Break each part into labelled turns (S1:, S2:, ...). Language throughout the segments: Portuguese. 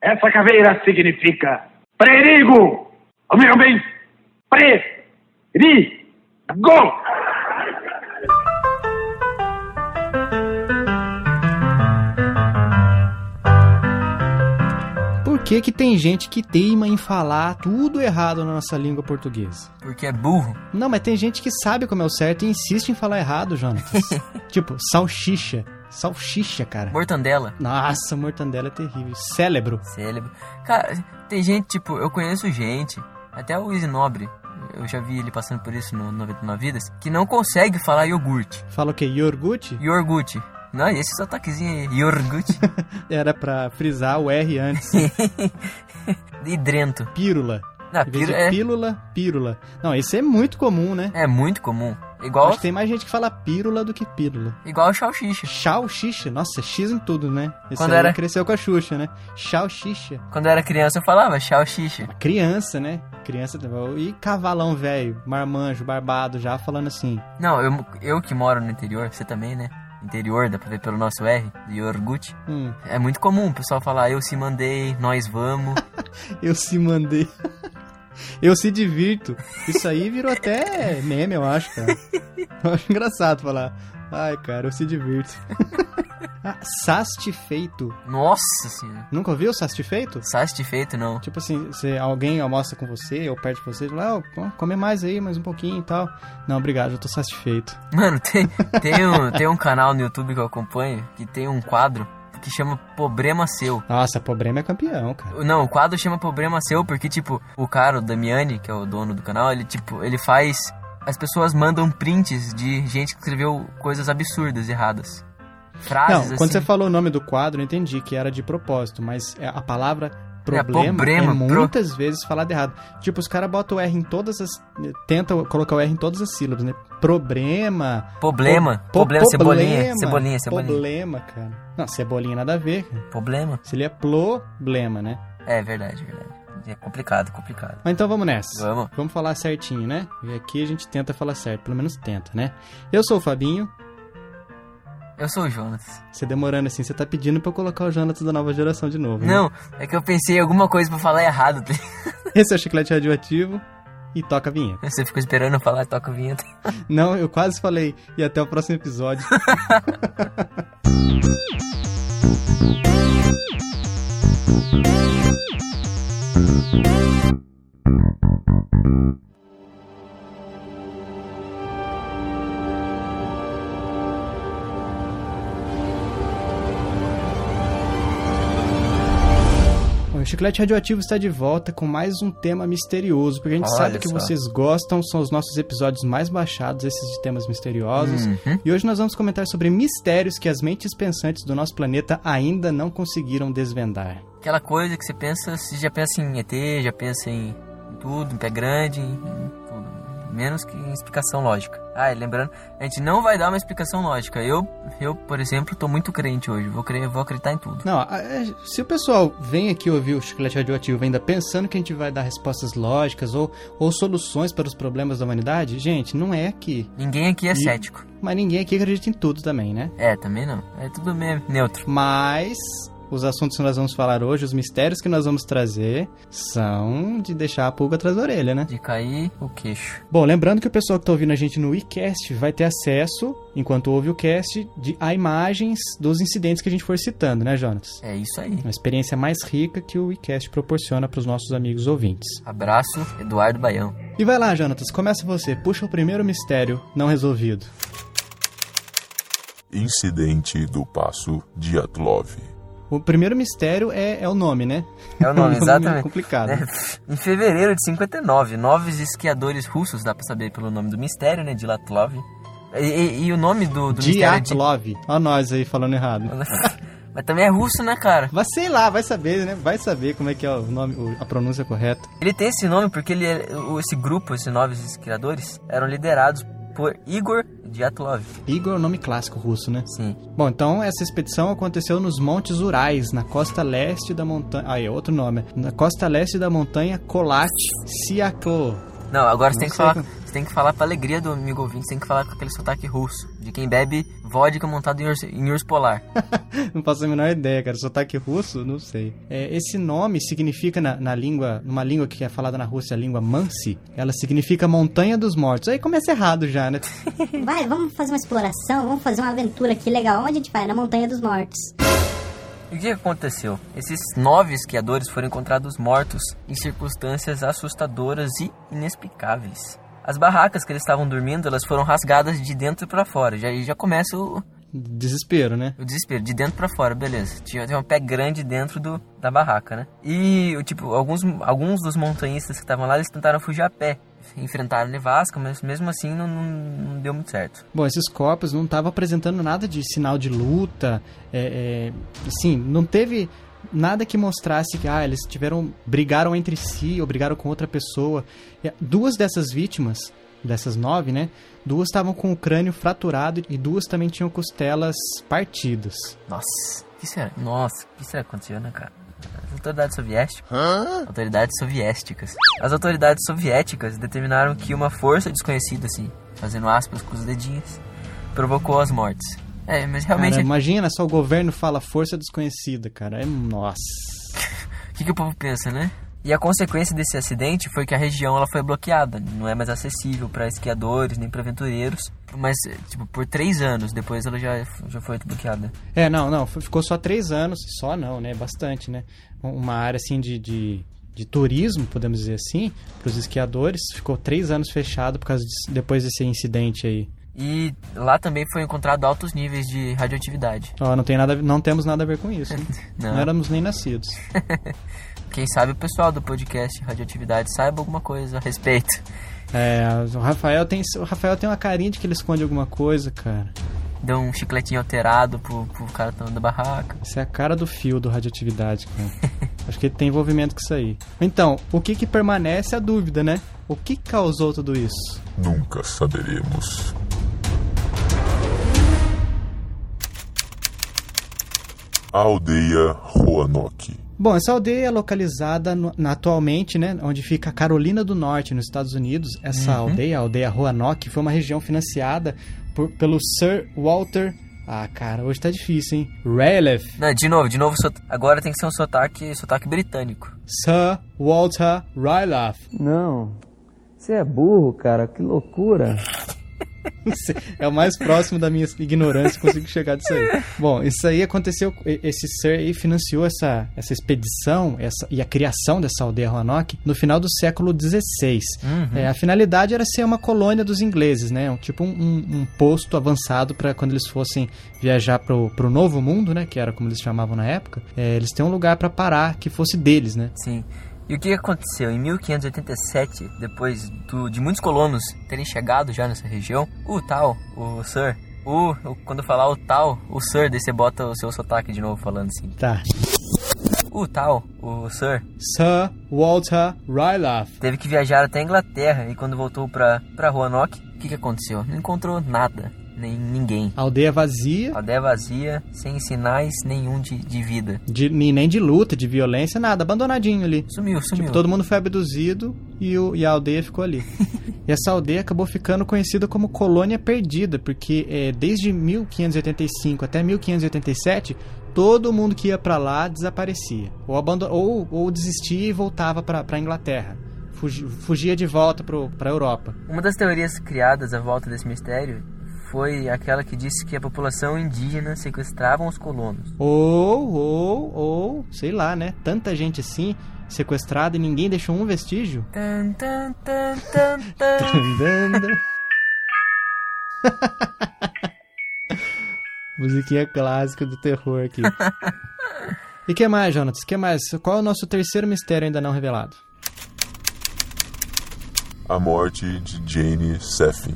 S1: Essa caveira significa perigo! O meu bem, perigo!
S2: Por que, que tem gente que teima em falar tudo errado na nossa língua portuguesa?
S3: Porque é burro.
S2: Não, mas tem gente que sabe como é o certo e insiste em falar errado, Jonatas. tipo, salsicha. Salsicha, cara.
S3: Mortandela.
S2: Nossa, mortandela é terrível. Cérebro.
S3: Cérebro. Cara, tem gente, tipo, eu conheço gente, até o Easy Nobre, eu já vi ele passando por isso no 99 Vidas, que não consegue falar iogurte.
S2: Fala o quê? Iogurte?
S3: Iogurte. Não, esse sotaquezinho aí, iogurte.
S2: Era pra frisar o R antes.
S3: Hidrento.
S2: Pírula.
S3: Não,
S2: Em vez
S3: piro-
S2: de
S3: é,
S2: pílula, pírula. Não, esse é muito comum, né?
S3: é muito comum.
S2: Acho
S3: Igual,
S2: que tem mais gente que fala pírula do que pílula.
S3: igual salsicha.
S2: Chau, xixa. Nossa, X em tudo, né? Esse
S3: Quando
S2: aí
S3: era-
S2: cresceu com a Xuxa, né? Chau, xixa.
S3: Quando eu era criança eu falava salsicha.
S2: Uma criança, né? Criança e cavalão velho, marmanjo, barbado já falando assim.
S3: Não, eu, eu que moro no interior, você também, né? Interior, dá pra ver pelo nosso R, de iogurte.
S2: Hum,
S3: É muito comum o pessoal falar, eu se mandei, nós vamos.
S2: eu se mandei. Eu se divirto. Isso aí virou até meme, eu acho, cara. Eu acho engraçado falar. Ai, cara, eu se divirto. ah, sastifeito.
S3: Nossa senhora.
S2: Nunca ouviu sastifeito?
S3: Satisfeito não.
S2: Tipo assim, se alguém almoça com você ou perto de você, lá, come mais aí, mais um pouquinho e tal. Não, obrigado, eu tô satisfeito.
S3: Mano, tem, tem, um, tem um canal no YouTube que eu acompanho que tem um quadro que chama Problema Seu.
S2: Nossa, problema é campeão, cara.
S3: Não, o quadro chama Problema Seu porque, tipo, o cara, o Damiani, que é o dono do canal, ele, tipo, ele faz... As pessoas mandam prints de gente que escreveu coisas absurdas, erradas. Frases,
S2: Não, quando você
S3: assim.
S2: falou o nome do quadro, eu entendi que era de propósito, mas é- a palavra problema é,
S3: problema, pro-
S2: muitas vezes falada errado. Tipo, os caras botam o R em todas as. Tentam colocar o R em todas as sílabas, né? Problema.
S3: Problema.
S2: po-
S3: problema, cebolinha.
S2: problema,
S3: Cebolinha, cebolinha.
S2: Problema, cara. Não, cebolinha nada a ver, cara.
S3: Problema.
S2: Seria problema, né?
S3: É verdade, verdade. É complicado, complicado.
S2: Mas então vamos nessa.
S3: Vamos.
S2: Vamos falar certinho, né? E aqui a gente tenta falar certo, pelo menos tenta, né? Eu sou o Fabinho.
S3: Eu sou o Jonas.
S2: Você demorando assim, você tá pedindo pra eu colocar o Jonathan da nova geração de novo. né?
S3: Não, é que eu pensei em alguma coisa pra falar errado. tá
S2: Esse é o Chiclete Radioativo e toca a vinheta.
S3: Você ficou esperando eu falar, toca o vinheta.
S2: Não, eu quase falei. E até o próximo episódio. Bom, O Chiclete Radioativo está de volta com mais um tema misterioso, porque a gente
S3: Olha
S2: sabe que
S3: só.
S2: vocês gostam, são os nossos episódios mais baixados, esses de temas misteriosos.
S3: Uhum.
S2: E hoje nós vamos comentar sobre mistérios que as mentes pensantes do nosso planeta ainda não conseguiram desvendar.
S3: Aquela coisa que você pensa, você já pensa em ET, já pensa em tudo, em pé grande, em tudo. Menos que em explicação lógica. Ah, e lembrando, a gente não vai dar uma explicação lógica. Eu, eu por exemplo, tô muito crente hoje. Vou, crer, vou acreditar em tudo.
S2: Não, a- a- se o pessoal vem aqui ouvir o Chiclete Radioativo ainda pensando que a gente vai dar respostas lógicas ou, ou soluções para os problemas da humanidade, gente, não é aqui.
S3: Ninguém aqui é
S2: E-
S3: cético.
S2: Mas ninguém aqui acredita em tudo também, né?
S3: É, também não. É tudo meio neutro.
S2: Mas os assuntos que nós vamos falar hoje, os mistérios que nós vamos trazer, são de deixar a pulga atrás da orelha, né?
S3: De cair o queixo.
S2: Bom, lembrando que o pessoal que está ouvindo a gente no iCast vai ter acesso, enquanto ouve o cast, de, a imagens dos incidentes que a gente for citando, né, Jonas?
S3: É isso aí.
S2: Uma experiência mais rica que o iCast proporciona para os nossos amigos ouvintes.
S3: Abraço, Eduardo Baião.
S2: E vai lá, Jonatas, começa você. Puxa o primeiro mistério não resolvido.
S4: Incidente do Passo Diatlov.
S2: O primeiro mistério é, é o nome, né?
S3: É o nome, exatamente.
S2: complicado.
S3: né? Em fevereiro de 59, nove esquiadores russos, dá pra saber pelo nome do mistério, né? Dilatlov. E, e- e o nome do, do mistério é Di-
S2: Diatlov. Ó nós aí falando errado.
S3: Mas também é russo, né, cara?
S2: Mas sei lá, vai saber, né? Vai saber como é que é o nome, o- a pronúncia correta.
S3: Ele tem esse nome porque ele, é- o- esse grupo, esses nove esquiadores, eram liderados por Igor Diatlov.
S2: Igor é o nome clássico russo, né?
S3: Sim.
S2: Bom, então essa expedição aconteceu nos Montes Urais, na costa leste da montanha. Aí, é outro nome. Na costa leste da montanha Kolat Siaklo.
S3: Não, agora
S2: Não
S3: você tem que
S2: sei
S3: falar.
S2: como-
S3: Você tem que falar pra alegria do amigo ouvinte, tem que falar com aquele sotaque russo, de quem bebe vodka montado em urso, em urso polar.
S2: Não faço a menor ideia, cara. Sotaque russo? Não sei. É, esse nome significa na, na língua, numa língua que é falada na Rússia, a língua Mansi, ela significa Montanha dos Mortos. Aí começa errado já, né?
S5: Vai, vamos fazer uma exploração, vamos fazer uma aventura aqui legal. Onde a gente vai? Na Montanha dos Mortos.
S3: E o que aconteceu? Esses nove esquiadores foram encontrados mortos em circunstâncias assustadoras e inexplicáveis. As barracas que eles estavam dormindo, elas foram rasgadas de dentro pra fora. Já aí já começa o,
S2: Desespero, né?
S3: o desespero, de dentro pra fora, beleza. Tinha, tinha um pé grande dentro do, da barraca, né? E, o tipo, alguns, alguns dos montanhistas que estavam lá, eles tentaram fugir a pé. Enfrentaram nevasca, mas mesmo assim não, não, não deu muito certo.
S2: Bom, esses corpos não estavam apresentando nada de sinal de luta, é, é, assim, não teve nada que mostrasse que ah, eles tiveram brigaram entre si ou brigaram com outra pessoa. É, Duas dessas vítimas, dessas nove, né? Duas estavam com o crânio fraturado e duas também tinham costelas partidas.
S3: Nossa, que será? Nossa, que será que aconteceu, né, cara? As autoridades soviéticas. Autoridades soviéticas. As autoridades soviéticas determinaram que uma força desconhecida, assim, fazendo aspas com os dedinhos, provocou as mortes. É, mas realmente.
S2: Cara, imagina só o governo fala força desconhecida, cara. É nossa.
S3: O que, que o povo pensa, né? E a consequência desse acidente foi que a região ela foi bloqueada, não é mais acessível para esquiadores nem para aventureiros. Mas, eh, tipo, por três anos depois ela já, já foi bloqueada.
S2: É, não, não. f- Ficou só três anos. Só não, né? Bastante, né? Um- Uma área assim de, de, de turismo, podemos dizer assim, para os esquiadores. Ficou três anos fechado por causa disso- depois desse incidente aí.
S3: E lá também foi encontrado altos níveis de radioatividade.
S2: Ó, não, tem nada, a ver- não temos nada a ver com isso. hein?
S3: Não.
S2: Não éramos nem nascidos.
S3: Quem sabe o pessoal do podcast Radioatividade saiba alguma coisa a respeito.
S2: É, o Rafael tem, o Rafael tem uma carinha de que ele esconde alguma coisa, cara.
S3: Deu um chicletinho alterado pro, pro cara que tá da barraca.
S2: Essa é a cara do fio do radioatividade, cara. Acho que ele tem envolvimento com isso aí. Então, o que que permanece é a dúvida, né? O que causou tudo isso?
S4: Nunca saberemos. A aldeia Roanoke.
S2: Bom, essa aldeia é localizada no- na- atualmente, né, onde fica a Carolina do Norte, nos Estados Unidos. Essa aldeia, a aldeia Roanoke, foi uma região financiada por- pelo Sir Walter. Ah, cara, hoje tá difícil, hein? Raleigh,
S3: Não, de novo, de novo, sot- agora tem que ser um sotaque, sotaque britânico.
S2: Sir Walter Raleigh.
S6: Não. Você é burro, cara. Que loucura.
S2: Não sei, É o mais próximo da minha ignorância que consigo chegar disso aí. Bom, isso aí aconteceu. e- Esse ser aí financiou essa, essa expedição essa, e a criação dessa aldeia Roanoke no final do século XVI. É, a finalidade era ser uma colônia dos ingleses, né? Um, tipo um, um- um posto avançado para quando eles fossem viajar pro, pro novo mundo, né? Que era como eles chamavam na época. É, eles têm um lugar para parar que fosse deles, né?
S3: Sim. E o que aconteceu? Em 1587, depois do- de muitos colonos terem chegado já nessa região, o tal, o Sir, o, o- quando eu falar o tal, o Sir, daí você bota o seu sotaque de novo falando assim.
S2: Tá.
S3: O tal, o Sir,
S2: Sir Walter Rylaf.
S3: teve que viajar até a Inglaterra e quando voltou pra, pra Roanoke, o que, que aconteceu? Não encontrou nada, nem ninguém.
S2: Aldeia vazia.
S3: Aldeia vazia, sem sinais nenhum de, de vida.
S2: De, nem nem de luta, de violência, nada, abandonadinho ali.
S3: Sumiu, sumiu.
S2: Tipo, todo mundo foi abduzido e, o, e a aldeia ficou ali. e essa aldeia acabou ficando conhecida como Colônia Perdida, porque eh, desde 1585 até 1587, todo mundo que ia pra lá desaparecia. Ou, abandon... ou, ou desistia e voltava pra, pra Inglaterra. Fugi- Fugia de volta pro, pra Europa.
S3: Uma das teorias criadas à volta desse mistério foi aquela que disse que a população indígena sequestravam os colonos.
S2: Ou, ou, ou, sei lá, né? Tanta gente assim, sequestrada e ninguém deixou um vestígio.
S3: Tan, tan, tan, tan, tan.
S2: Musiquinha clássica do terror aqui. E que mais, Jonas? Que mais? Qual é o nosso terceiro mistério ainda não revelado?
S4: A morte de Jane Seffin.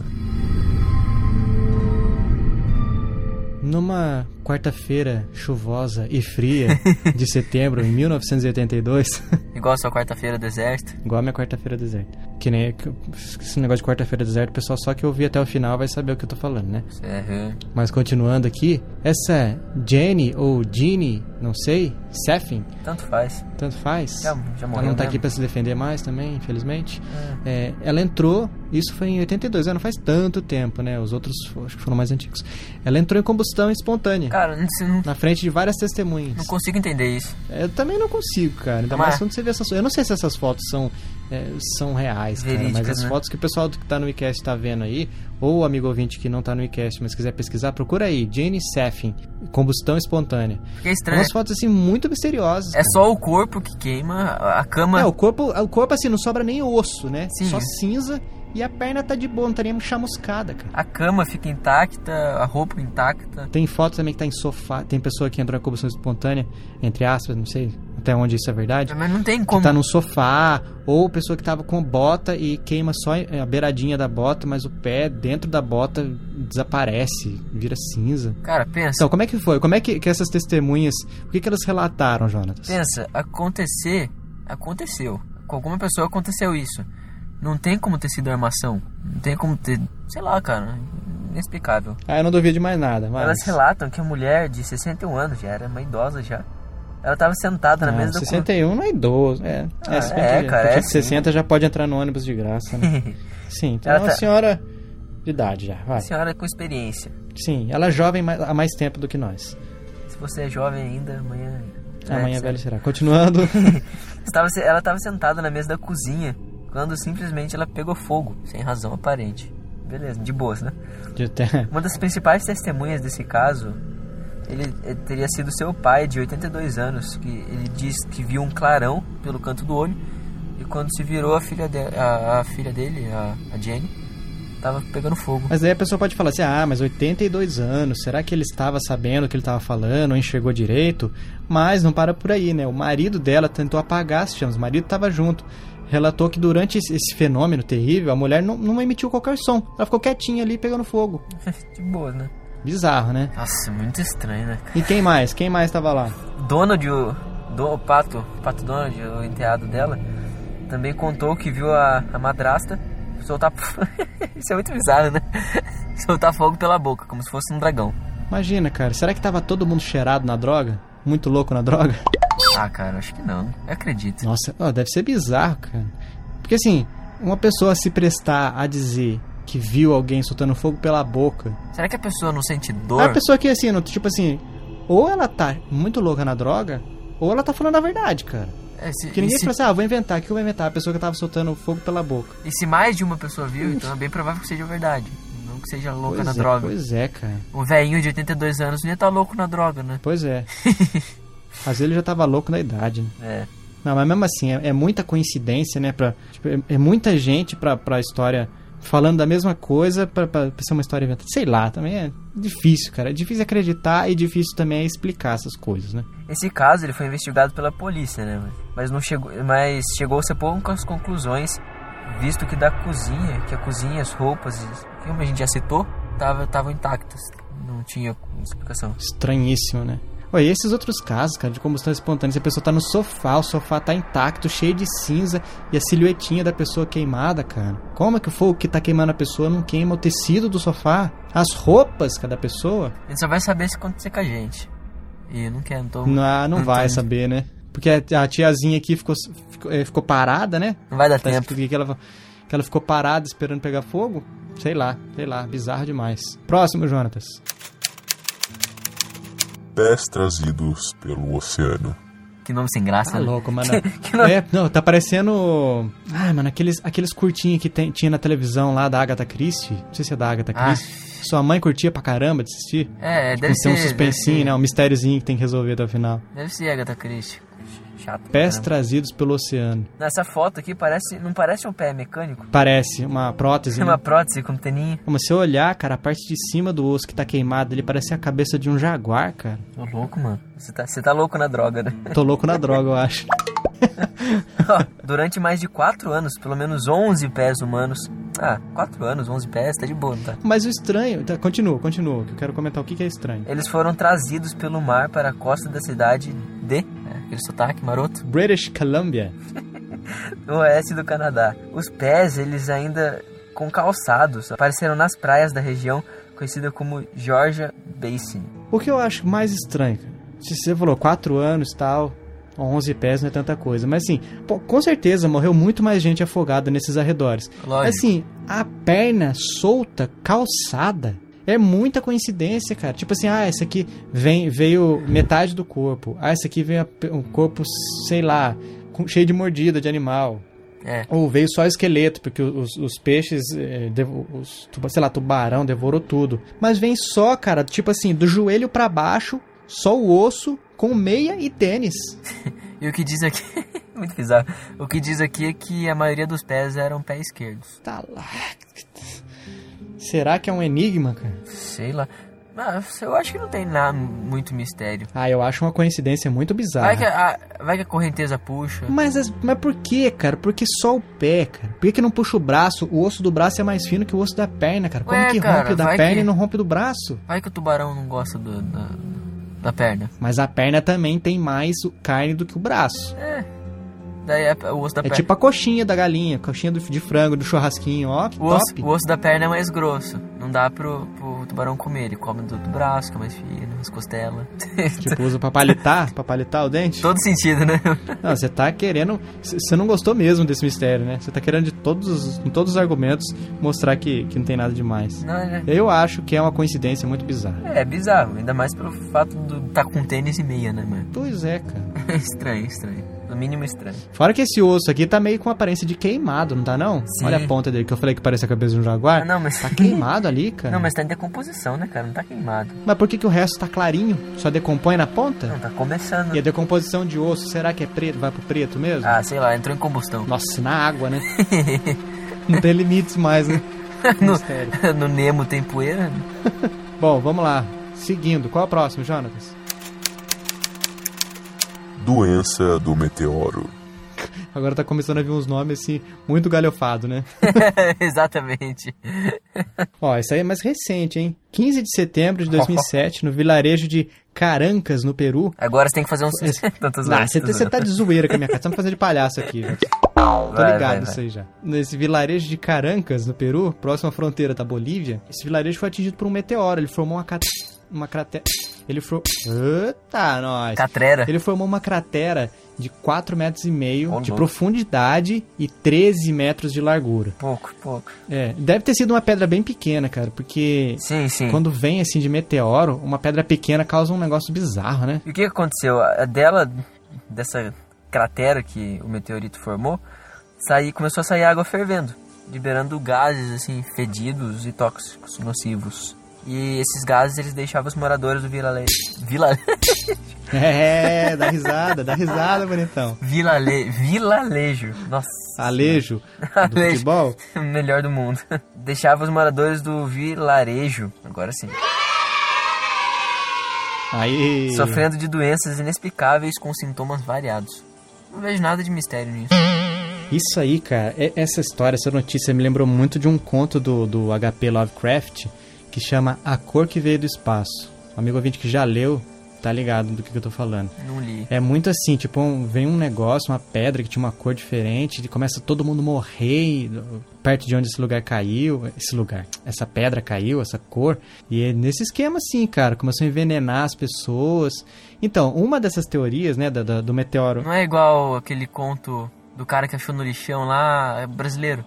S2: Numa quarta-feira chuvosa e fria de setembro de 1982,
S3: Igual a sua quarta-feira do exército.
S2: igual a minha quarta-feira deserta. Que nem que- esse negócio de quarta-feira deserta, o pessoal só que ouvir até o final vai saber o que eu tô falando, né?
S3: Uhum.
S2: Mas continuando aqui, essa Jenny ou Jeannie, não sei, Seffin,
S3: Tanto faz.
S2: tanto faz.
S3: Já- já morreu
S2: ela não tá
S3: mesmo.
S2: aqui pra se defender mais também, infelizmente. É, ela entrou, isso foi em 82, né? não faz tanto tempo, né? Os outros acho que foram mais antigos. Ela entrou em combustão espontânea.
S3: Cara, não, não-
S2: Na frente de várias testemunhas.
S3: não consigo entender isso.
S2: É, Eu também não consigo, cara. Ainda
S3: Mas-
S2: mais quando você vê essas Eu não sei se essas fotos são, é, são reais, cara. mas
S3: Verídicas,
S2: as
S3: né?
S2: fotos que o pessoal que tá no WeCast tá vendo aí, ou o amigo ouvinte que não tá no WeCast, mas quiser pesquisar, procura aí. Jane Seffin, combustão espontânea.
S3: Porque é estranho.
S2: Umas fotos, assim, muito misteriosas.
S3: É só o corpo que queima, a a cama.
S2: É, o corpo, o corpo, assim, não sobra nem osso, né?
S3: Sim.
S2: Só cinza e a perna tá de boa, não tá nem chamuscada, cara.
S3: A cama fica intacta, a roupa intacta.
S2: Tem foto também que tá em sofá. Tem pessoa que entrou na combustão espontânea, entre aspas, não sei até onde isso é verdade.
S3: Mas não tem
S2: que
S3: como.
S2: tá num sofá, ou pessoa que tava com bota e queima só é, a beiradinha da bota, mas o pé dentro da bota desaparece, vira cinza.
S3: Cara, pensa.
S2: Então, como é que foi? Como é que, que essas testemunhas, o que, que elas relataram, Jonatas?
S3: Pensa, acontecer. Aconteceu. Com alguma pessoa aconteceu isso. Não tem como ter sido armação. Não tem como ter. Sei lá, cara. Inexplicável.
S2: Ah, eu não duvido de mais nada, mas...
S3: Elas relatam que a mulher de 61 anos já era uma idosa já. Ela tava sentada na
S2: Não,
S3: mesa do
S2: 61 não é idoso, é.
S3: Ah,
S2: se bem
S3: é,
S2: que a
S3: cara,
S2: partir
S3: é
S2: de
S3: sim.
S2: 60 já pode entrar no ônibus de graça, né? Sim, então
S3: Ela
S2: é uma
S3: tá-
S2: senhora de idade já, vai.
S3: Senhora com experiência.
S2: Sim, ela é jovem mais- há mais tempo do que nós.
S3: Se você é jovem ainda, amanhã.
S2: Amanhã
S3: é,
S2: velho será. Continuando...
S3: Estava, se- ela estava sentada na mesa da cozinha quando simplesmente ela pegou fogo, sem razão aparente. Beleza, de boas, né?
S2: de ter-
S3: Uma das principais testemunhas desse caso, ele, eh, teria sido seu pai de 82 anos, que ele diz que viu um clarão pelo canto do olho e quando se virou a filha, de, a, a filha dele, a, a Jenny, estava pegando fogo.
S2: Mas aí a pessoa pode falar assim: ah, mas 82 anos, será que ele estava sabendo o que ele estava falando, ou enxergou direito? Mas não para por aí, né? O marido dela tentou apagar as chamas, o marido estava junto. Relatou que durante esse- esse fenômeno terrível, a mulher não, não emitiu qualquer som. Ela ficou quietinha ali pegando fogo.
S3: de boas, né?
S2: Bizarro, né?
S3: Nossa, muito estranho, né?
S2: E quem mais? Quem mais estava lá?
S3: Donald, o, do, o pato, o pato Donald, o enteado dela, também contou que viu a, a madrasta soltar. Isso é muito bizarro, né? soltar fogo pela boca, como se fosse um dragão.
S2: Imagina, cara, será que tava todo mundo cheirado na droga? Muito louco na droga?
S3: Ah, cara, acho que não. Eu acredito.
S2: Nossa, ó, deve ser bizarro, cara. Porque assim, uma pessoa se prestar a dizer que viu alguém soltando fogo pela boca
S3: Será que a pessoa não sente
S2: A
S3: dor?
S2: pessoa que, assim, não- tipo assim, ou ela tá muito louca na droga, ou ela tá falando a verdade, cara.
S3: É, se-
S2: Porque
S3: e,
S2: ninguém
S3: se,
S2: fala assim, ah, vou inventar, o que eu vou inventar? A pessoa que tava soltando fogo pela boca.
S3: e se mais de uma pessoa viu, então é bem provável que seja verdade. Não que seja louca
S2: pois
S3: na
S2: é,
S3: droga.
S2: Pois é, cara.
S3: Um velhinho de 82 anos não ia estar louco na droga, né?
S2: Pois é. Às vezes ele já tava louco na idade, né?
S3: É.
S2: Não, mas mesmo assim, é, é muita coincidência, né? Pra, tipo, é, é muita gente pra, pra história falando da mesma coisa pra, pra, pra ser uma história inventada. Sei lá, também é difícil, cara. É difícil acreditar e difícil também é explicar essas coisas, né?
S3: Esse caso ele foi investigado pela polícia, né? Mas não chegou, mas chegou-se a poucas conclusões, visto que da cozinha, que a cozinha, as roupas, e- como a gente já citou, tava estavam intactas, não tinha explicação.
S2: Estranhíssimo, né? Ó, e esses outros casos, cara, de combustão espontânea, se a pessoa tá no sofá, o sofá tá intacto, cheio de cinza, e a silhuetinha da pessoa queimada, cara. Como é que o fogo que tá queimando a pessoa não queima o tecido do sofá? As roupas, cara, da pessoa?
S3: A gente só vai saber se acontecer com a gente. E eu não quero, não, tô, não.
S2: Ah, não
S3: Não
S2: vai
S3: tem.
S2: saber, né? Porque a a tiazinha aqui ficou, ficou, eh, ficou parada, né?
S3: vai dar
S2: Tá
S3: tempo.
S2: escrito aqui que ela, que ela ficou parada esperando pegar fogo? Sei lá, sei lá, bizarro demais. Próximo, Jonatas.
S4: Pés trazidos pelo oceano.
S3: Que nome sem graça,
S2: Tá
S3: né?
S2: louco, mano.
S3: que nome-
S2: É, não, tá parecendo. Ah, mano, aqueles, aqueles curtinhos que tem- tinha na televisão lá da Agatha Christie. Não sei se é da Agatha
S3: Ah.
S2: Christie. Sua mãe curtia pra caramba de assistir.
S3: É, deve
S2: Tem que
S3: ser.
S2: ter um
S3: deve
S2: suspensinho,
S3: ser-
S2: né? Um mistériozinho que tem que resolver até o final.
S3: Deve ser Agatha Christie. Chato. pra
S2: Pés
S3: caramba.
S2: trazidos pelo oceano.
S3: Nessa foto aqui parece, não parece um pé mecânico?
S2: Parece uma prótese.
S3: É
S2: Né?
S3: uma prótese com teninho.
S2: Como se eu olhar, cara, a parte de cima do osso que tá queimado, ele parece a cabeça de um jaguar, cara.
S3: Tô louco, mano. Você tá, você tá louco na droga, né?
S2: Tô louco na droga, eu acho.
S3: Ó, Durante mais de 4 anos, pelo menos 11 pés humanos Ah, 4 anos, 11 pés, tá de boa, não tá?
S2: Mas o estranho. Tá, continua, continua, que eu quero comentar o que, que é estranho.
S3: Eles foram trazidos pelo mar para a costa da cidade de. né, Aquele sotaque maroto.
S2: British Columbia.
S3: no oeste do Canadá. Os pés, eles ainda com calçados, apareceram nas praias da região conhecida como Georgia Basin.
S2: O que eu acho mais estranho, cara, se você falou 4 anos e tal, 11 pés não é tanta coisa, mas assim, pô, com certeza morreu muito mais gente afogada nesses arredores.
S3: Lógico.
S2: Assim, a perna solta, calçada, é muita coincidência, cara. Tipo assim, ah, esse aqui vem, veio metade do corpo, ah, esse aqui veio a pe- um corpo, sei lá, com- cheio de mordida de animal.
S3: É.
S2: Ou veio só esqueleto, porque os, os peixes, eh, devo- os, tuba- sei lá, tubarão devorou tudo. Mas vem só, cara, tipo assim, do joelho pra baixo, só o osso, com meia e tênis.
S3: E o que diz aqui, muito bizarro. O que diz aqui é que a maioria dos pés eram pés esquerdos.
S2: Tá lá. Será que é um enigma, cara?
S3: Sei lá. Mas eu acho que não tem nada muito mistério.
S2: Ah, eu acho uma coincidência muito bizarra.
S3: Vai que é. a, a- vai que a correnteza puxa.
S2: Mas, as- mas por que, cara? Porque só o pé, cara. Por que, que não puxa o braço? O osso do braço é mais fino que o osso da perna, cara. Como
S3: Ué,
S2: que
S3: cara,
S2: rompe o da
S3: vai
S2: perna
S3: que-
S2: e não rompe o do braço?
S3: Vai que o tubarão não gosta do- da, da perna.
S2: Mas a perna também tem mais o- carne do que o braço.
S3: Daí a- o osso da
S2: É
S3: perna.
S2: tipo a coxinha da galinha, coxinha do- de frango, do churrasquinho, ó,
S3: O osso,
S2: top.
S3: o osso da perna é mais grosso. Não dá pro, pro tubarão comer. Ele come do, do braço, que é mais fino, as costelas.
S2: Tipo, usa pra palitar, pra palitar o dente.
S3: Todo sentido, né?
S2: Não, você tá querendo... c- Você não gostou mesmo desse mistério, né? Você tá querendo, de todos os, com todos os argumentos, mostrar que, que não tem nada demais.
S3: Não, é,
S2: Eu acho que é uma coincidência muito bizarra.
S3: é bizarro. Ainda mais pelo fato do tá com tênis e meia, né, mano?
S2: Pois é, cara.
S3: estranho, estranho. No mínimo estranho.
S2: Fora que esse osso aqui tá meio com aparência de queimado, não tá não?
S3: Sim.
S2: Olha a ponta dele, que eu falei que parece a cabeça de um
S3: Ah,
S2: jaguar.
S3: não, mas.
S2: Tá queimado ali, cara.
S3: Não,
S2: mas...
S3: mas tá em decomposição, né, cara? Não tá queimado.
S2: por que, que o resto tá clarinho? Só decompõe na ponta?
S3: Não, tá começando.
S2: E a decomposição de osso, será que é preto? Vai pro preto mesmo?
S3: Ah, sei lá, entrou em combustão.
S2: Nossa, na água, né? não tem limites mais, né? Mistério.
S3: no Nemo tem poeira.
S2: Bom, vamos lá. Seguindo, qual é o próximo, Jonatas?
S4: Doença do meteoro.
S2: Agora tá começando a vir uns nomes assim, muito galhofado, né?
S3: Exatamente.
S2: Ó, isso aí é mais recente, hein? 15 de setembro de 2007, no vilarejo de Carancas, no Peru,
S3: Agora você tem que fazer uns. Tantas
S2: Ah, você você tá de zoeira com a minha cara. Você tá me fazendo de palhaço aqui, velho. Tô ligado nisso aí já. Nesse vilarejo de Carancas, no Peru, próximo à fronteira da Bolívia, esse vilarejo foi atingido por um meteoro. Ele formou uma, cate... uma cratera. Ele formou. Eita, nós!
S3: Catrera.
S2: Ele formou uma cratera de 4 metros e
S3: Ô,
S2: meio de
S3: louco.
S2: profundidade e 13 metros de largura.
S3: Pouco, pouco.
S2: É, deve ter sido uma pedra bem pequena, cara, porque
S3: Sim, sim.
S2: quando vem assim de meteoro, uma pedra pequena causa um negócio bizarro, né?
S3: E o que aconteceu? A dela, dessa cratera que o meteorito formou, saí, começou a sair água fervendo, liberando gases assim fedidos e tóxicos, nocivos. E esses gases eles deixavam os moradores do vilale... Vila...
S2: É, dá risada, dá risada, bonitão.
S3: vilale... Vilalejo. Nossa.
S2: Alejo do
S3: Alejo.
S2: futebol?
S3: Melhor do mundo. Deixava os moradores do vilarejo, agora sim,
S2: Aí.
S3: sofrendo de doenças inexplicáveis com sintomas variados. Não vejo nada de mistério nisso.
S6: Hum.
S2: Isso aí, cara. é- Essa história, essa notícia me lembrou muito de um conto do, do HP Lovecraft que chama A Cor que Veio do Espaço. Um amigo ouvinte que já leu, tá ligado do que, que eu tô falando.
S3: Não li.
S2: É muito assim, tipo, um- vem um negócio, uma pedra que tinha uma cor diferente, e começa todo mundo morrer e, uh, perto de onde esse lugar caiu, esse lugar, essa pedra caiu, essa cor. E é nesse esquema assim, cara, começou a envenenar as pessoas. Então, uma dessas teorias, né, da- da- do meteoro
S3: Não é igual aquele conto do cara que achou no lixão lá, é brasileiro.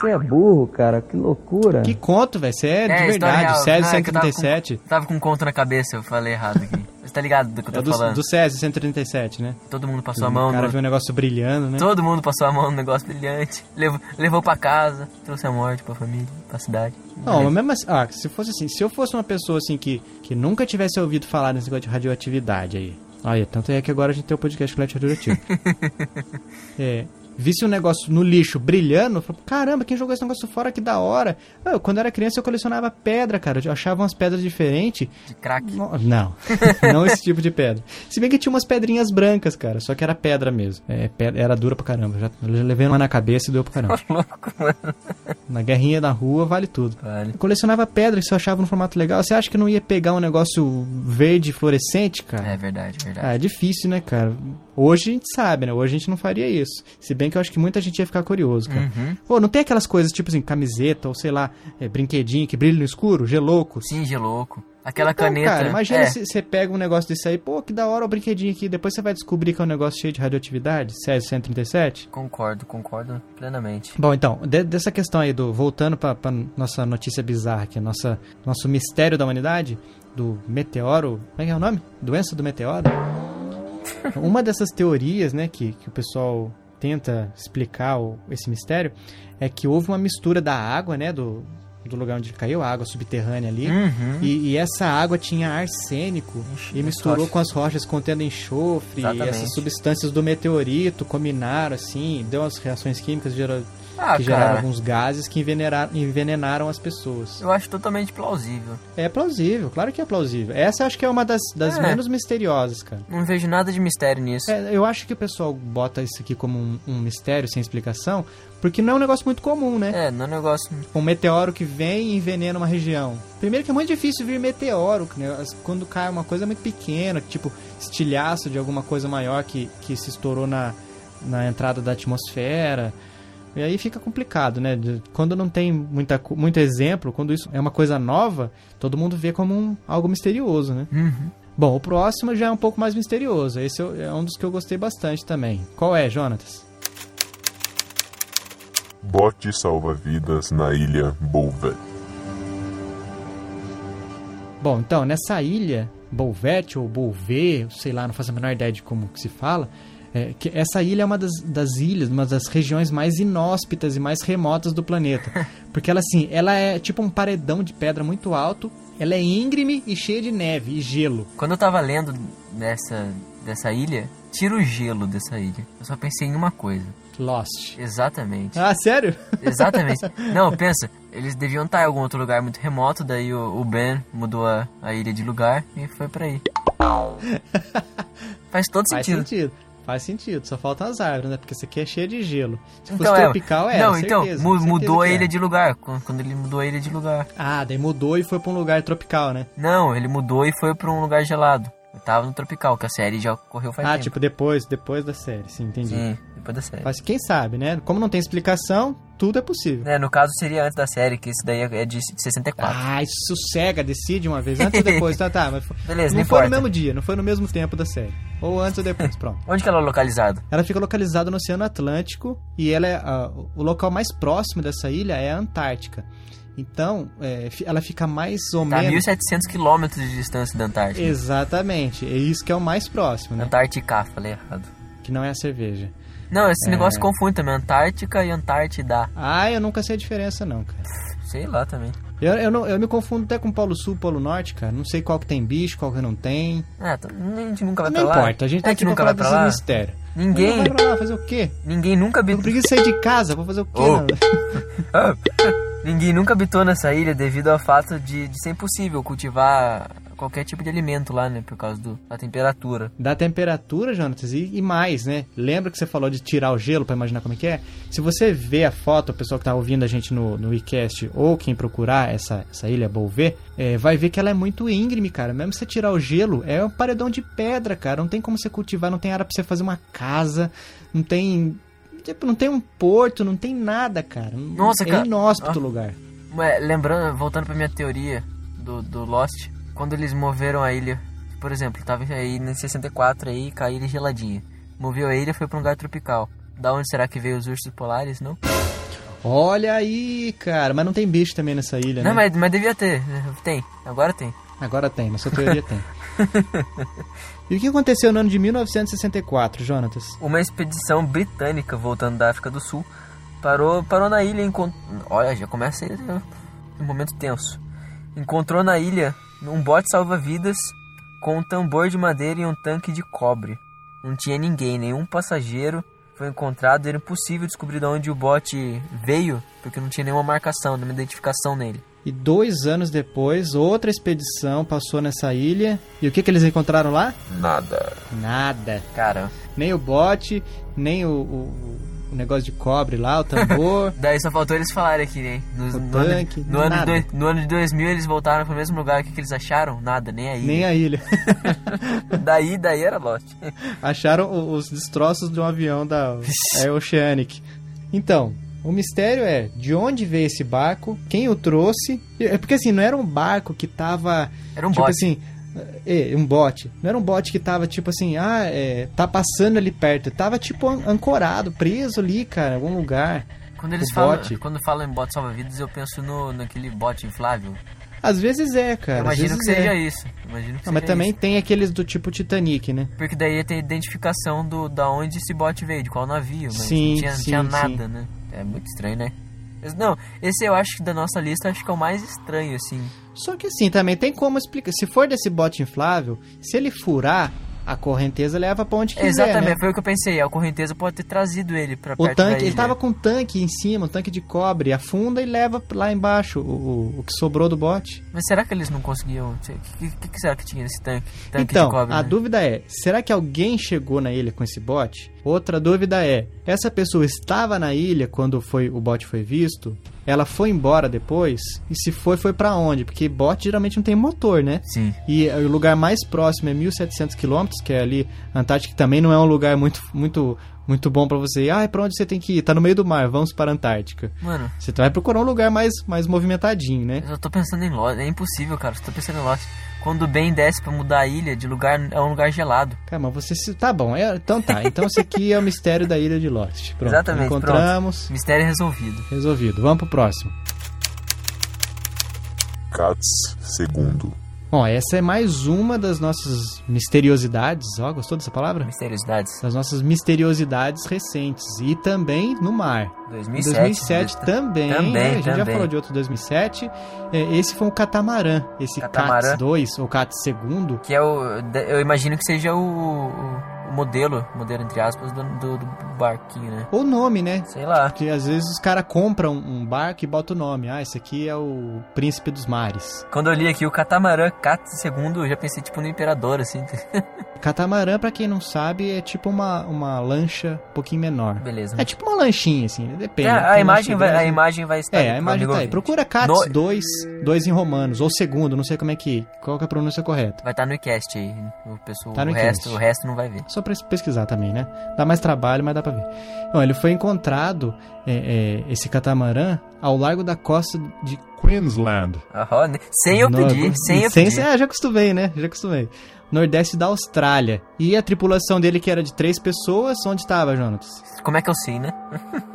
S6: Você é burro, cara, que
S3: É.
S6: loucura.
S2: Que conto, velho? Você é, de
S3: história
S2: verdade,
S3: real.
S2: Césio
S3: Não, é que eu tava com-
S2: 137.
S3: Tava com um conto na cabeça, eu falei errado aqui. Você tá ligado do que eu tô
S2: É do,
S3: falando?
S2: do Césio 137, né?
S3: Todo mundo passou a
S2: o
S3: mão né? Então,
S2: cara
S3: no...
S2: viu um negócio brilhando, né?
S3: Todo mundo passou a mão no negócio brilhante. Levou, levou pra casa, trouxe a morte pra família, pra cidade.
S2: Não, mas
S3: Beleza.
S2: mesmo assim, ah, se fosse assim, se eu fosse uma pessoa assim que, que nunca tivesse ouvido falar nesse negócio de radioatividade aí. Olha, tanto é que agora a gente tem o podcast coletivo radioativo. é, visse um negócio no lixo brilhando, eu falava, caramba, quem jogou esse negócio fora, que da hora. Eu, quando era criança eu colecionava pedra, cara, eu achava umas pedras diferentes.
S3: De crack.
S2: No- Não, não esse tipo de pedra. Se bem que tinha umas pedrinhas brancas, cara, só que era pedra mesmo. É, pedra, era dura pra caramba, já, eu já levei uma na cabeça e deu pra caramba.
S3: Louco, mano.
S2: Na guerrinha da rua vale tudo.
S3: Vale.
S2: Eu colecionava pedra que você achava no formato legal. Você acha que não ia pegar um negócio verde fluorescente, cara?
S3: É verdade, verdade.
S2: Ah, é difícil, né, cara? Hoje a gente sabe, né? Hoje a gente não faria isso. Se bem que eu acho que muita gente ia ficar curioso, cara.
S3: Uhum.
S2: Pô, não tem aquelas coisas tipo assim, camiseta ou sei lá, é, brinquedinho que brilha no escuro, gelouco.
S3: Sim, de louco. Aquela
S2: Então,
S3: caneta.
S2: Cara, imagina
S3: é,
S2: se você pega um negócio desse aí, pô, que da hora o brinquedinho aqui. Depois você vai descobrir que é um negócio cheio de radioatividade, Césio 137.
S3: Concordo, concordo plenamente.
S2: Bom, então, de- dessa questão aí do. Voltando pra, pra nossa notícia bizarra aqui, nossa, nosso mistério da humanidade, do meteoro. Como é que é o nome? Doença do meteoro? Uma dessas teorias, né, que, que o pessoal tenta explicar o- esse mistério é que houve uma mistura da água, né, do, do lugar onde caiu, a água subterrânea ali.
S3: Uhum.
S2: E, e essa água tinha arsênico
S3: Ixi,
S2: e
S3: as
S2: misturou
S3: rochas.
S2: com as rochas contendo enxofre e
S3: Exatamente.
S2: essas substâncias do meteorito combinaram assim, deu umas reações químicas gera-
S3: Ah,
S2: que geraram
S3: cara,
S2: alguns gases que enveneraram- envenenaram as pessoas.
S3: eu acho totalmente plausível.
S2: É plausível, claro que é plausível. Essa eu acho que é uma das, das
S3: É.
S2: menos misteriosas, cara.
S3: Não vejo nada de mistério nisso.
S2: É, eu acho que o pessoal bota isso aqui como um, um mistério sem explicação, porque não é um negócio muito comum, né?
S3: É, não é um negócio.
S2: um meteoro que vem e envenena uma região. Primeiro que é muito difícil vir meteoro, né? As- quando cai uma coisa muito pequena, tipo estilhaço de alguma coisa maior que, que se estourou na, na entrada da atmosfera. E aí fica complicado, né? De- Quando não tem muita, co- muito exemplo, quando isso é uma coisa nova, todo mundo vê como um, algo misterioso, né?
S3: Uhum.
S2: Bom, o próximo já é um pouco mais misterioso. Esse eu- é um dos que eu gostei bastante também. Qual é, Jonatas?
S4: Bote salva-vidas na ilha Bolvet.
S2: Bom, então, nessa ilha, Bolvete ou Bolvê, sei lá, não faço a menor ideia de como que se fala, é, que essa ilha é uma das, das ilhas, uma das regiões mais inóspitas e mais remotas do planeta. Porque ela, assim, ela é tipo um paredão de pedra muito alto, ela é íngreme e cheia de neve e gelo.
S3: Quando eu tava lendo dessa, dessa ilha, tira o gelo dessa ilha. Eu só pensei em uma coisa.
S2: Lost.
S3: Exatamente.
S2: Ah, sério?
S3: Exatamente. Não, pensa, eles deviam estar em algum outro lugar muito remoto, daí o, o Ben mudou a, a ilha de lugar e foi pra aí. Faz todo
S2: Faz
S3: sentido.
S2: sentido. Faz sentido, só faltam as árvores, né? Porque essa aqui é cheia de gelo. Se fosse
S3: Então, é,
S2: tropical, é.
S3: não, então,
S2: certeza,
S3: mu-
S2: certeza
S3: mudou
S2: que
S3: a
S2: é.
S3: ilha de lugar. Qu- Quando ele mudou a ilha de lugar.
S2: Ah, daí mudou e foi pra um lugar tropical, né?
S3: Não, ele mudou e foi pra um lugar gelado. Eu tava no tropical, que a série já ocorreu faz
S2: ah,
S3: tempo.
S2: tipo, depois, depois da série, sim, entendi.
S3: Sim, depois da série.
S2: Mas quem sabe, né? Como não tem explicação, tudo é possível.
S3: É, no caso seria antes da série, que isso daí é de 64.
S2: Ah, isso sossega, decide uma vez, antes ou depois, tá, tá. Mas fo-
S3: Beleza,
S2: não
S3: não
S2: foi
S3: importa.
S2: no mesmo dia, não foi no mesmo tempo da série. Ou antes ou depois, pronto.
S3: Onde que ela é localizada?
S2: Ela fica localizada no Oceano Atlântico e ela é, ah, o local mais próximo dessa ilha é a Antártica. Então, é, fi- ela fica mais ou
S3: Tá a
S2: menos.
S3: 1.700 quilômetros de distância da Antártica.
S2: Exatamente, é isso que é o mais próximo, né?
S3: Antártica, falei errado.
S2: Que não é a cerveja.
S3: Não,
S2: É.
S3: esse negócio confunde também. Antártica e Antártida.
S2: Ah, eu nunca sei a diferença, não, cara.
S3: Sei lá também.
S2: Eu, eu, não- eu me confundo até com Polo Sul, Polo Norte, cara. Não sei qual que tem bicho, qual que não tem.
S3: Ah, t- a gente nunca vai
S2: Não
S3: pra lá. É
S2: importa, a gente tá aqui
S3: nunca
S2: pra
S3: vai
S2: falar
S3: pra
S2: desse
S3: lá.
S2: mistério.
S3: Ninguém,
S2: Vai pra lá fazer o quê?
S3: ninguém nunca
S2: Eu
S3: habitou.
S2: preguiça de sair de casa, vou fazer o quê?
S3: Oh.
S2: né?
S3: Ninguém nunca habitou nessa ilha devido ao fato de, de ser impossível cultivar qualquer tipo de alimento lá, né? Por causa do, da temperatura.
S2: Da temperatura, Jonatas, e, e mais, né? Lembra que você falou de tirar o gelo pra imaginar como é que é? Se você vê a foto, o pessoal que tá ouvindo a gente no, no WeCast ou quem procurar essa, essa ilha Bolvê, é, vai ver que ela é muito íngreme, cara. Mesmo você tirar o gelo, é um paredão de pedra, cara. Não tem como você cultivar, não tem área pra você fazer uma casa, não tem. Tipo, não tem um porto, não tem nada, cara.
S3: Nossa,
S2: é
S3: cara. Ah.
S2: inóspito o lugar.
S3: Ué, lembrando, voltando pra minha teoria do, do Lost, quando eles moveram a ilha, por exemplo, tava aí em 64 aí, com a ilha geladinha. Moveu a ilha foi pra um lugar tropical. Da onde será que veio os ursos polares, não?
S2: Olha aí, cara, mas não tem bicho também nessa ilha,
S3: Não,
S2: né?
S3: mas, mas devia ter. né? Tem, agora tem.
S2: Agora tem, na sua teoria tem. E o que aconteceu no ano de 1964, Jonatas?
S3: Uma expedição britânica voltando da África do Sul parou, parou na ilha. Encont... Olha, já começa aí né, um momento tenso. Encontrou na ilha um bote salva-vidas com um tambor de madeira e um tanque de cobre. Não tinha ninguém, nenhum passageiro, foi encontrado, era impossível descobrir de onde o bote veio, porque não tinha nenhuma marcação, nenhuma identificação nele.
S2: E dois anos depois, outra expedição passou nessa ilha. E o que, que eles encontraram lá?
S4: Nada.
S2: Nada.
S3: Cara,
S2: Nem o bote, nem o, o- o negócio de cobre lá, o tambor.
S3: daí só faltou eles falarem aqui, hein? Nos-
S2: O
S3: no,
S2: tanque,
S3: ano, no, ano de
S2: nada.
S3: dois- no ano de 2000 eles voltaram pro mesmo lugar, o que, que eles acharam? Nada, nem aí.
S2: nem a ilha.
S3: Daí, daí era Lost.
S2: Acharam o- os destroços de um avião da Air Oceanic. Então, o mistério é de onde veio esse barco, quem o trouxe. É porque assim, não era um barco que tava
S3: Era um
S2: tipo
S3: bote.
S2: assim, é, um bote. Não era um bote que tava tipo assim, ah, é, tá passando ali perto. Tava tipo an- ancorado, preso ali, cara, em algum lugar.
S3: assim, Quando eles
S2: o
S3: falam,
S2: Um bote.
S3: quando falam em bote salva-vidas, eu penso no, naquele bote inflável.
S2: Às vezes é,
S3: Eu
S2: cara. às
S3: imagino
S2: vezes
S3: que
S2: é.
S3: seja isso. Imagino que
S2: Não, mas
S3: seja
S2: também
S3: isso.
S2: tem aqueles do tipo Titanic, né?
S3: Porque daí ia ter identificação do da onde esse bote veio, de qual navio, mas
S2: Sim,
S3: não tinha, não
S2: sim,
S3: tinha
S2: sim.
S3: nada, né? É muito estranho, né? Mas, não, esse eu acho que da nossa lista acho que é o mais estranho, assim.
S2: Só que assim, também tem como explicar. Se for desse bote inflável, se ele furar, a correnteza leva pra onde quiser,
S3: Exatamente,
S2: né?
S3: foi o que eu pensei. A correnteza pode ter trazido ele pra
S2: O
S3: perto da
S2: tanque,
S3: ilha.
S2: ele tava com um tanque em cima, um tanque de cobre, afunda e leva lá embaixo o- o- o que sobrou do bote.
S3: Mas será que eles não conseguiam? O que, que, que será que tinha nesse tanque? Tanque
S2: então,
S3: de cobre,
S2: a
S3: né?
S2: dúvida é, será que alguém chegou na ilha com esse bote? Outra dúvida é, essa pessoa estava na ilha quando foi o bote foi visto? Ela foi embora depois? E se foi, foi pra onde? Porque bote geralmente não tem motor, né?
S3: Sim.
S2: E o lugar mais próximo é 1700 quilômetros, que é ali Antártica, que também não é um lugar muito muito muito bom pra você ir. Ah, é pra onde você tem que ir? Tá no meio do mar, vamos para a Antártica.
S3: Mano,
S2: Você vai procurar um lugar mais mais movimentadinho, né?
S3: eu tô pensando em Lost. É impossível, cara. Eu tô pensando em Lost. Quando o Ben desce pra mudar a ilha de lugar, é um lugar gelado.
S2: Cara, mas você se... Tá bom, é- então tá. Então isso aqui é o mistério da ilha de Lost. Pronto,
S3: Exatamente,
S2: Encontramos,
S3: Mistério resolvido.
S2: resolvido. Vamos pro próximo.
S4: Katz II.
S2: Bom, essa é mais uma das nossas misteriosidades. Ó, gostou dessa palavra?
S3: Misteriosidades.
S2: Das nossas misteriosidades recentes. E também no mar. Em
S3: 2007.
S2: 2007 também.
S3: Também,
S2: né? A gente já
S3: também.
S2: falou de outro 2007. É, Esse foi um catamarã. Esse
S3: Catamarã.
S2: Cats 2 ou Cats 2.
S3: Que é o. de- Eu imagino que seja o, o- o modelo, modelo entre aspas, do, do- do barquinho, né?
S2: Ou nome, né?
S3: Sei lá.
S2: Porque às vezes os caras compram um barco e botam o nome. Ah, esse aqui é o Príncipe dos Mares.
S3: Quando eu li aqui o catamarã Cat II, eu já pensei tipo no imperador, assim.
S2: Catamarã, pra quem não sabe, é tipo uma, uma lancha um pouquinho menor.
S3: Beleza.
S2: É tipo uma lanchinha, assim, né? depende. Tem
S3: É, a,
S2: lancha
S3: imagem vai, a
S2: grande.
S3: imagem vai estar
S2: É,
S3: pro
S2: a imagem
S3: amigo
S2: tá aí.
S3: ouvinte.
S2: Procura Cats
S3: No-
S2: 2, 2 em romanos, ou segundo, não sei como é que... Qual que é a pronúncia correta.
S3: Vai estar no cast aí. O pessoal,
S2: Tá no
S3: o resto,
S2: iCast.
S3: o resto não vai ver.
S2: Só pra pesquisar também, né? Dá mais trabalho, mas dá pra ver. Bom, ele foi encontrado, é, é, esse catamarã, ao largo da costa de
S7: Queensland.
S3: Aham, né? sem eu
S2: Nor-
S3: pedir, sem eu pedir.
S2: Ah, já acostumei, né? Já acostumei. Nordeste da Austrália. E a tripulação dele, que era de três pessoas, onde estava, Jonas?
S3: Como é que eu sei, né?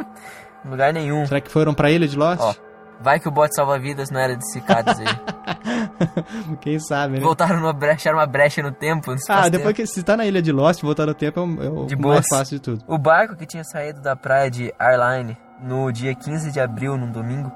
S3: Em lugar nenhum.
S2: Será que foram pra Ilha de Lost?
S3: Ó. Vai que o bote salva-vidas não era desse Cats aí.
S2: Quem sabe, né?
S3: Voltaram numa brecha, acharam uma brecha no tempo. no
S2: Ah,
S3: espaço-tempo.
S2: depois que se tá na Ilha de Lost, voltar no tempo é o, é o
S3: De
S2: mais
S3: boas.
S2: fácil de tudo.
S3: O barco que tinha saído da praia de Arline no dia 15 de abril, num domingo,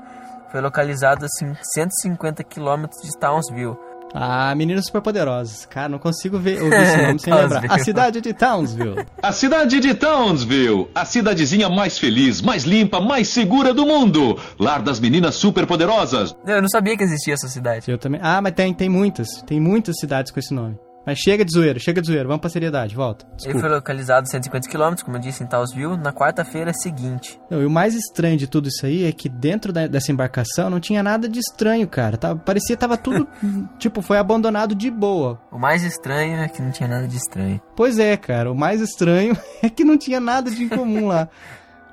S3: foi localizado a cin- 150 quilômetros de Townsville.
S2: Ah, meninos superpoderosos. Cara, não consigo ver, ouvir esse nome sem lembrar. A
S3: Townsville.
S2: cidade de Townsville.
S8: A cidade de Townsville, a cidadezinha mais feliz, mais limpa, mais segura do mundo. Lar das meninas superpoderosas.
S3: Eu não sabia que existia essa cidade.
S2: Eu também. Ah, mas tem, tem muitas. Tem muitas cidades com esse nome. Mas chega de zoeira, chega de zoeira. Vamos pra seriedade, volta.
S3: Ele foi localizado a 150 quilômetros, como eu disse, em Townsville, na quarta-feira seguinte.
S2: Não, e o mais estranho de tudo isso aí é que dentro da- dessa embarcação não tinha nada de estranho, cara. Tava, parecia que tava tudo, tipo, foi abandonado de boa.
S3: O mais estranho é que não tinha nada de estranho.
S2: Pois é, cara, o mais estranho é que não tinha nada de incomum lá.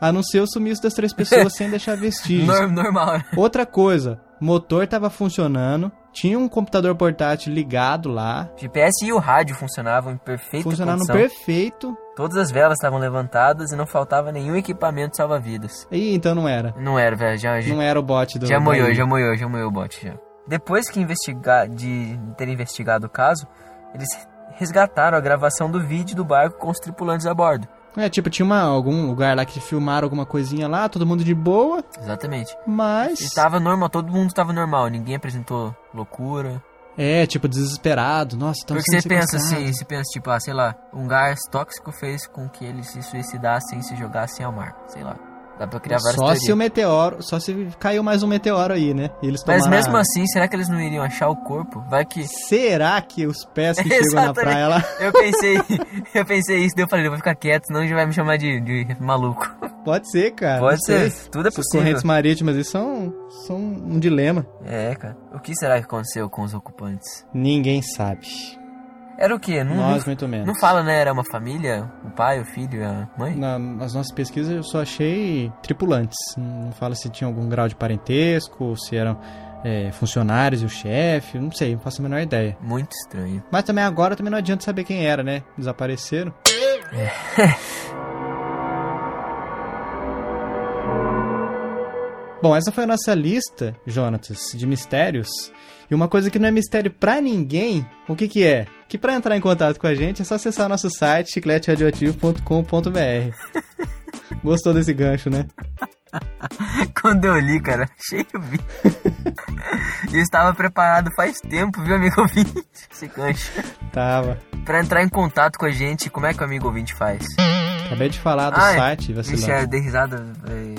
S2: A não ser o sumiço das três pessoas sem deixar vestígios.
S3: Nor- normal, né?
S2: Outra coisa, motor tava funcionando, tinha um computador portátil ligado lá,
S3: GPS e o rádio funcionavam em perfeita
S2: funcionando
S3: condição.
S2: perfeito.
S3: Todas as velas estavam levantadas e não faltava nenhum equipamento salva-vidas.
S2: E então não era.
S3: Não era, velho. Já, já,
S2: Não era o bot do.
S3: já
S2: do-
S3: moiou, já moiou, já moiou o bote já. Depois que investigar, de ter investigado o caso, eles resgataram a gravação do vídeo do barco com os tripulantes a bordo.
S2: É, tipo, tinha uma- algum lugar lá que filmaram alguma coisinha lá, todo mundo de boa,
S3: Exatamente.
S2: mas.
S3: E tava normal, todo mundo tava normal, ninguém apresentou loucura.
S2: É, tipo, desesperado. Nossa, estamos
S3: Porque você pensa assim, você pensa, tipo, ah, sei lá, um gás tóxico fez com que eles se suicidassem e se jogassem ao mar. Sei lá. Dá pra criar várias
S2: Só
S3: teorias.
S2: se o meteoro. Só se caiu mais um meteoro aí, né? E eles
S3: Mas
S2: tomaram
S3: mesmo
S2: a-
S3: assim, será que eles não iriam achar o corpo? Vai que.
S2: Será que os pés que chegam na
S3: Exatamente.
S2: praia lá
S3: Eu pensei, eu pensei isso, daí eu falei, eu vou ficar quieto, senão já vai me chamar de, de maluco.
S2: Pode ser, cara.
S3: Pode
S2: não sei.
S3: ser, tudo é
S2: Essas
S3: possível.
S2: correntes marítimas aí são, são um dilema.
S3: É, cara. O que será que aconteceu com os ocupantes?
S2: Ninguém sabe.
S3: Era o quê? Não,
S2: Nós, muito menos.
S3: É. não fala, né? Era uma família? O pai, o filho, a mãe?
S2: Na- nas nossas pesquisas eu só achei tripulantes. Não fala se tinha algum grau de parentesco, se eram é, funcionários e o chefe, não sei, não faço a menor ideia.
S3: Muito estranho.
S2: Mas também agora também não adianta saber quem era, né? Desapareceram. Bom, essa foi a nossa lista, Jonatas, de mistérios. E uma coisa que não é mistério pra ninguém, o que que é? Que pra entrar em contato com a gente é só acessar nosso site chicleteradioativo.com.br. Gostou desse gancho, né?
S3: Quando eu li, cara, achei o bico. eu estava preparado faz tempo, viu, amigo ouvinte? Esse gancho.
S2: Tava.
S3: Pra entrar em contato com a gente, como é que o amigo ouvinte faz?
S2: Acabei de falar do
S3: Ai,
S2: site,
S3: Vixe,
S2: vacilão.
S3: eu dei risada. é.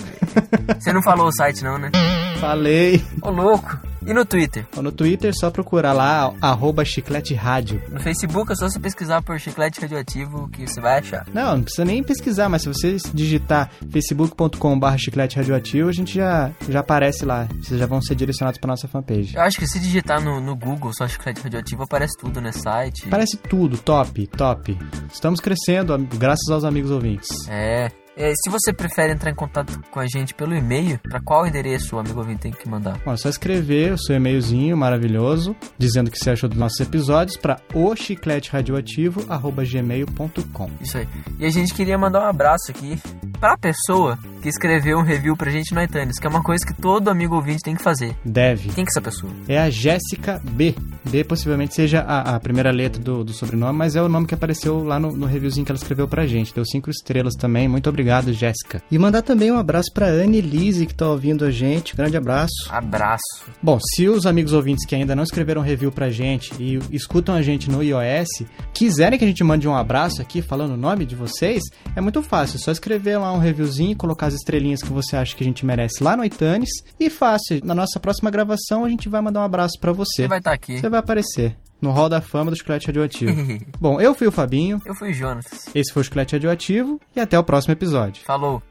S3: Você não falou o site, não, né?
S2: Falei.
S3: Ô, louco. E no Twitter?
S2: Ó, No Twitter, só procurar lá, arroba chiclete rádio.
S3: No Facebook é só você pesquisar por chiclete radioativo que você vai achar.
S2: Não, não precisa nem pesquisar, mas se você digitar facebook.com.br chiclete radioativo, a gente já, já aparece lá. Vocês já vão ser direcionados pra nossa fanpage.
S3: Eu acho que se digitar no, no Google só chiclete radioativo aparece tudo, né? Site.
S2: Aparece tudo, top, top. Estamos crescendo, am- graças aos amigos ouvintes.
S3: É. É, se você prefere entrar em contato com a gente pelo e-mail, pra qual endereço o amigo ouvinte tem que mandar?
S2: Bom, é só escrever o seu e-mailzinho maravilhoso, dizendo o que você achou dos nossos episódios, para o chiclete radioativo.gmail.com.
S3: Isso aí. E a gente queria mandar um abraço aqui pra pessoa que escreveu um review pra gente no iTunes, que é uma coisa que todo amigo ouvinte tem que fazer.
S2: Deve.
S3: Quem que é essa pessoa?
S2: É a Jéssica B. B possivelmente seja a, a primeira letra do, do sobrenome, mas é o nome que apareceu lá no, no reviewzinho que ela escreveu pra gente. Deu cinco estrelas também. Muito obrigado, Jéssica. E mandar também um abraço pra Anne Lise, que tá ouvindo a gente. Grande abraço.
S3: Abraço.
S2: Bom, se os amigos ouvintes que ainda não escreveram review pra gente e escutam a gente no iOS, quiserem que a gente mande um abraço aqui falando o nome de vocês, é muito fácil. É só escrever lá um reviewzinho, colocar as estrelinhas que você acha que a gente merece lá no iTunes. E fácil, na nossa próxima gravação a gente vai mandar um abraço pra você.
S3: Você vai estar aqui.
S2: Você vai aparecer no Hall da Fama do Chiclete Radioativo. Bom, eu fui o Fabinho,
S3: Eu fui o Jonas.
S2: esse foi o Chiclete Radioativo e até o próximo episódio.
S3: Falou.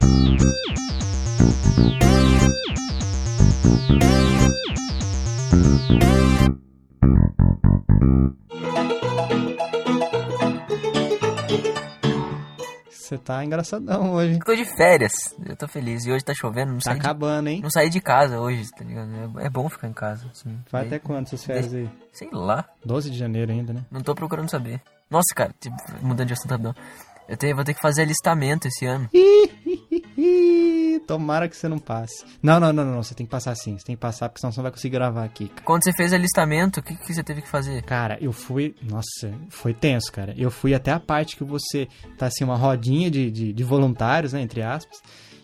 S2: Você tá engraçadão hoje.
S3: Eu tô de férias. Eu tô feliz. E hoje tá chovendo. Não,
S2: Tá
S3: saí, de,
S2: acabando, hein?
S3: não saí de casa hoje, tá ligado? É, é bom ficar em casa. assim.
S2: Vai
S3: E-
S2: até quando essas férias aí?
S3: Sei lá.
S2: 12 de janeiro ainda, né?
S3: Não tô procurando saber. Nossa, cara. Tipo, mudando de assunto rapidão. Eu tenho, vou ter que fazer alistamento esse ano.
S2: Ih, Tomara que você não passe. Não, não, não, não, não. Você tem que passar sim. Você tem que passar, porque senão você não vai conseguir gravar aqui. cara.
S3: Quando você fez alistamento, o que, que você teve que fazer?
S2: Cara, eu fui. Nossa, foi tenso, cara. Eu fui até a parte que você tá assim, uma rodinha de, de, de voluntários, né? Entre aspas.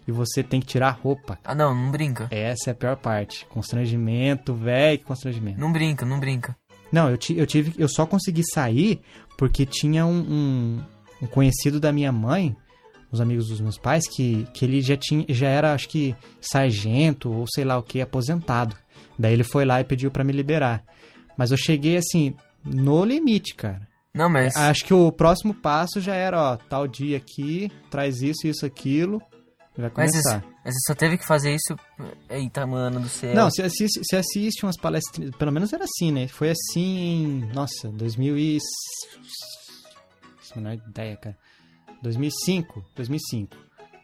S2: E você tem que tirar a roupa.
S3: Ah, não. Não brinca.
S2: Essa é a pior parte. Constrangimento, velho, que constrangimento.
S3: Não brinca, não brinca.
S2: Não, eu, ti- eu tive, eu só consegui sair porque tinha um, um- um conhecido da minha mãe, os amigos dos meus pais, que, que ele já tinha, já era, acho que sargento ou sei lá o que, aposentado. Daí ele foi lá e pediu pra me liberar. Mas eu cheguei assim no limite, cara.
S3: Não, mas...
S2: Acho que o próximo passo já era, ó, tal dia aqui, traz isso, isso, aquilo, e vai
S3: Mas
S2: começar.
S3: Mas você só teve que fazer isso... Eita, mano do céu.
S2: Não, você assiste, você assiste umas palestrinhas. Pelo menos era assim, né? Foi assim em. Nossa, 2000 e. Nossa, menor ideia, cara. 2005. 2005.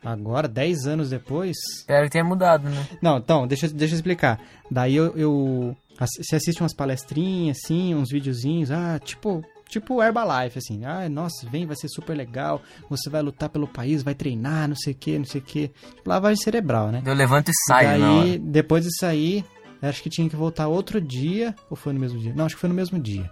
S2: Agora, 10 anos depois.
S3: Espero que tenha mudado, né?
S2: Não, então, deixa, eu- deixa eu explicar. Daí eu. eu ass- você assiste umas palestrinhas, assim, uns videozinhos. Ah, tipo. Tipo Herbalife, assim. Ah, nossa, vem, vai ser super legal. Você vai lutar pelo país, vai treinar, não sei o que, não sei o que. Tipo, lavagem cerebral, né?
S3: Eu levanto e saio
S2: Daí,
S3: na hora.
S2: depois disso aí, acho que tinha que voltar outro dia, ou foi no mesmo dia? Não, acho que foi no mesmo dia.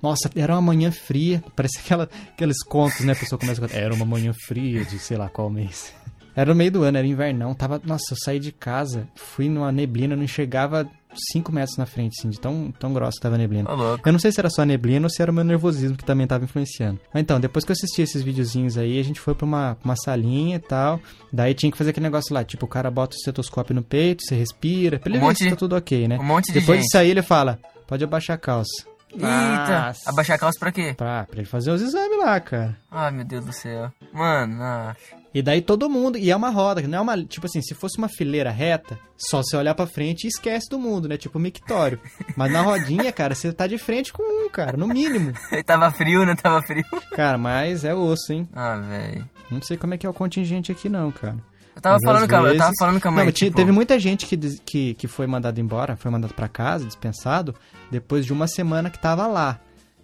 S2: Nossa, era uma manhã fria, parece aquela, aqueles contos, né? A pessoa começa a contar, era uma manhã fria de sei lá qual mês. Era no meio do ano, era invernão, tava, nossa, eu saí de casa, fui numa neblina, não enxergava 5 metros na frente, assim, de tão, tão grossa que tava a neblina.
S3: Ô, louco.
S2: Eu não sei se era só a neblina ou se era o meu nervosismo que também tava influenciando. Mas então, depois que eu assisti esses videozinhos aí, a gente foi pra uma, pra uma salinha e tal. Daí tinha que fazer aquele negócio lá, tipo, o cara bota o estetoscópio no peito, você respira, pra ele
S3: Um
S2: ver
S3: monte
S2: se tá
S3: de-
S2: tudo ok, né?
S3: Um monte de
S2: depois
S3: gente.
S2: disso aí ele fala, pode abaixar a calça.
S3: Eita!
S2: Nossa.
S3: Abaixar a calça pra quê?
S2: Pra, pra ele fazer os exames lá, cara.
S3: Ai, meu Deus do céu. Mano, ah,
S2: E daí todo mundo, e é uma roda, não é uma, tipo assim, se fosse uma fileira reta, só você olhar pra frente e esquece do mundo, né? Tipo um mictório. Mas na rodinha, cara, você tá de frente com um, cara, no mínimo.
S3: tava frio, né? Tava frio.
S2: Cara, mas é osso, hein?
S3: Ah, velho.
S2: Não sei como é que é o contingente aqui não, cara.
S3: Eu tava
S2: Mas
S3: falando
S2: às
S3: com a eu tava
S2: vezes-
S3: falando com a
S2: Não,
S3: mãe.
S2: mas tinha-
S3: tipo,
S2: teve muita gente que, des- que, que foi mandado embora, foi mandado pra casa, dispensado, depois de uma semana que tava lá.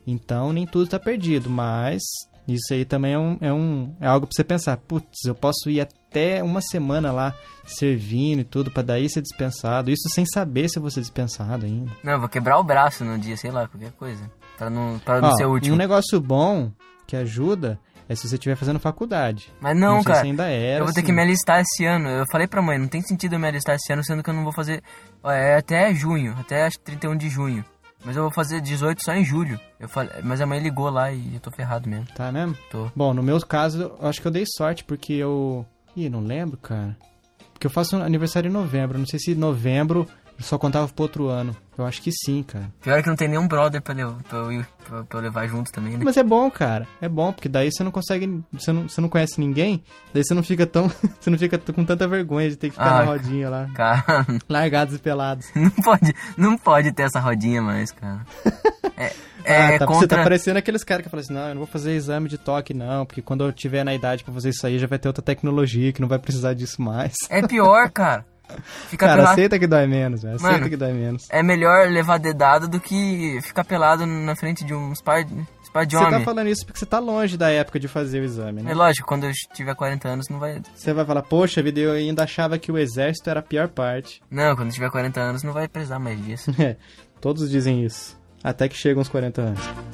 S2: Então nem tudo tá perdido, mas isso aí também é, um, é, um, é algo pra você pensar. Putz, eu posso ir até uma semana lá servindo e tudo, pra daí ser dispensado. Isso sem saber se eu vou ser dispensado ainda.
S3: Não, eu vou quebrar o braço no dia, sei lá, qualquer coisa. Pra não, pra não
S2: Ó,
S3: ser o
S2: E um
S3: último.
S2: negócio bom que ajuda é se você estiver fazendo faculdade.
S3: Mas não,
S2: sei
S3: cara.
S2: se ainda era.
S3: Eu vou ter
S2: assim.
S3: que me alistar esse ano. Eu falei pra mãe, não tem sentido eu me alistar esse ano, sendo que eu não vou fazer. Ó, É até junho, até acho que 31 de junho. Mas eu vou fazer 18 só em julho. Eu falei, mas a mãe ligou lá e eu tô ferrado mesmo.
S2: Tá mesmo?
S3: Tô.
S2: Bom, no meu caso, eu acho que eu dei sorte, porque eu. Ih, não lembro, cara. Porque eu faço um aniversário em novembro. eu Não sei se novembro só contava pro outro ano. Eu acho que sim, cara.
S3: Pior é que não tem nenhum brother pra, lev- pra eu, ir- pra- pra eu levar junto também, né?
S2: Mas é bom, cara. É bom, porque daí você não consegue. Você não, você não conhece ninguém. Daí você não fica tão. Você não fica t- com tanta vergonha de ter que ficar
S3: Ah,
S2: na rodinha lá.
S3: Cara,
S2: Largados e pelados.
S3: não pode, não pode ter essa rodinha mais, cara. É, é
S2: ah, tá, Você tá
S3: contra.
S2: parecendo aqueles caras que falam assim: não, eu não vou fazer exame de toque, não. Porque quando eu tiver na idade pra fazer isso aí, já vai ter outra tecnologia que não vai precisar disso mais.
S3: É pior, cara. Fica
S2: Cara,
S3: pelado.
S2: aceita que dói menos, velho. Aceita
S3: Mano,
S2: que dói menos.
S3: É melhor levar dedada do que ficar pelado na frente de uns par, uns par de
S2: Você tá
S3: homem.
S2: falando isso porque você tá longe da época de fazer o exame,
S3: É
S2: né?
S3: lógico, quando eu tiver 40 anos não vai.
S2: Você vai falar, poxa vida, eu ainda achava que o exército era a pior parte.
S3: Não, quando eu tiver 40 anos não vai precisar mais disso.
S2: É, todos dizem isso. Até que chegam os 40 anos.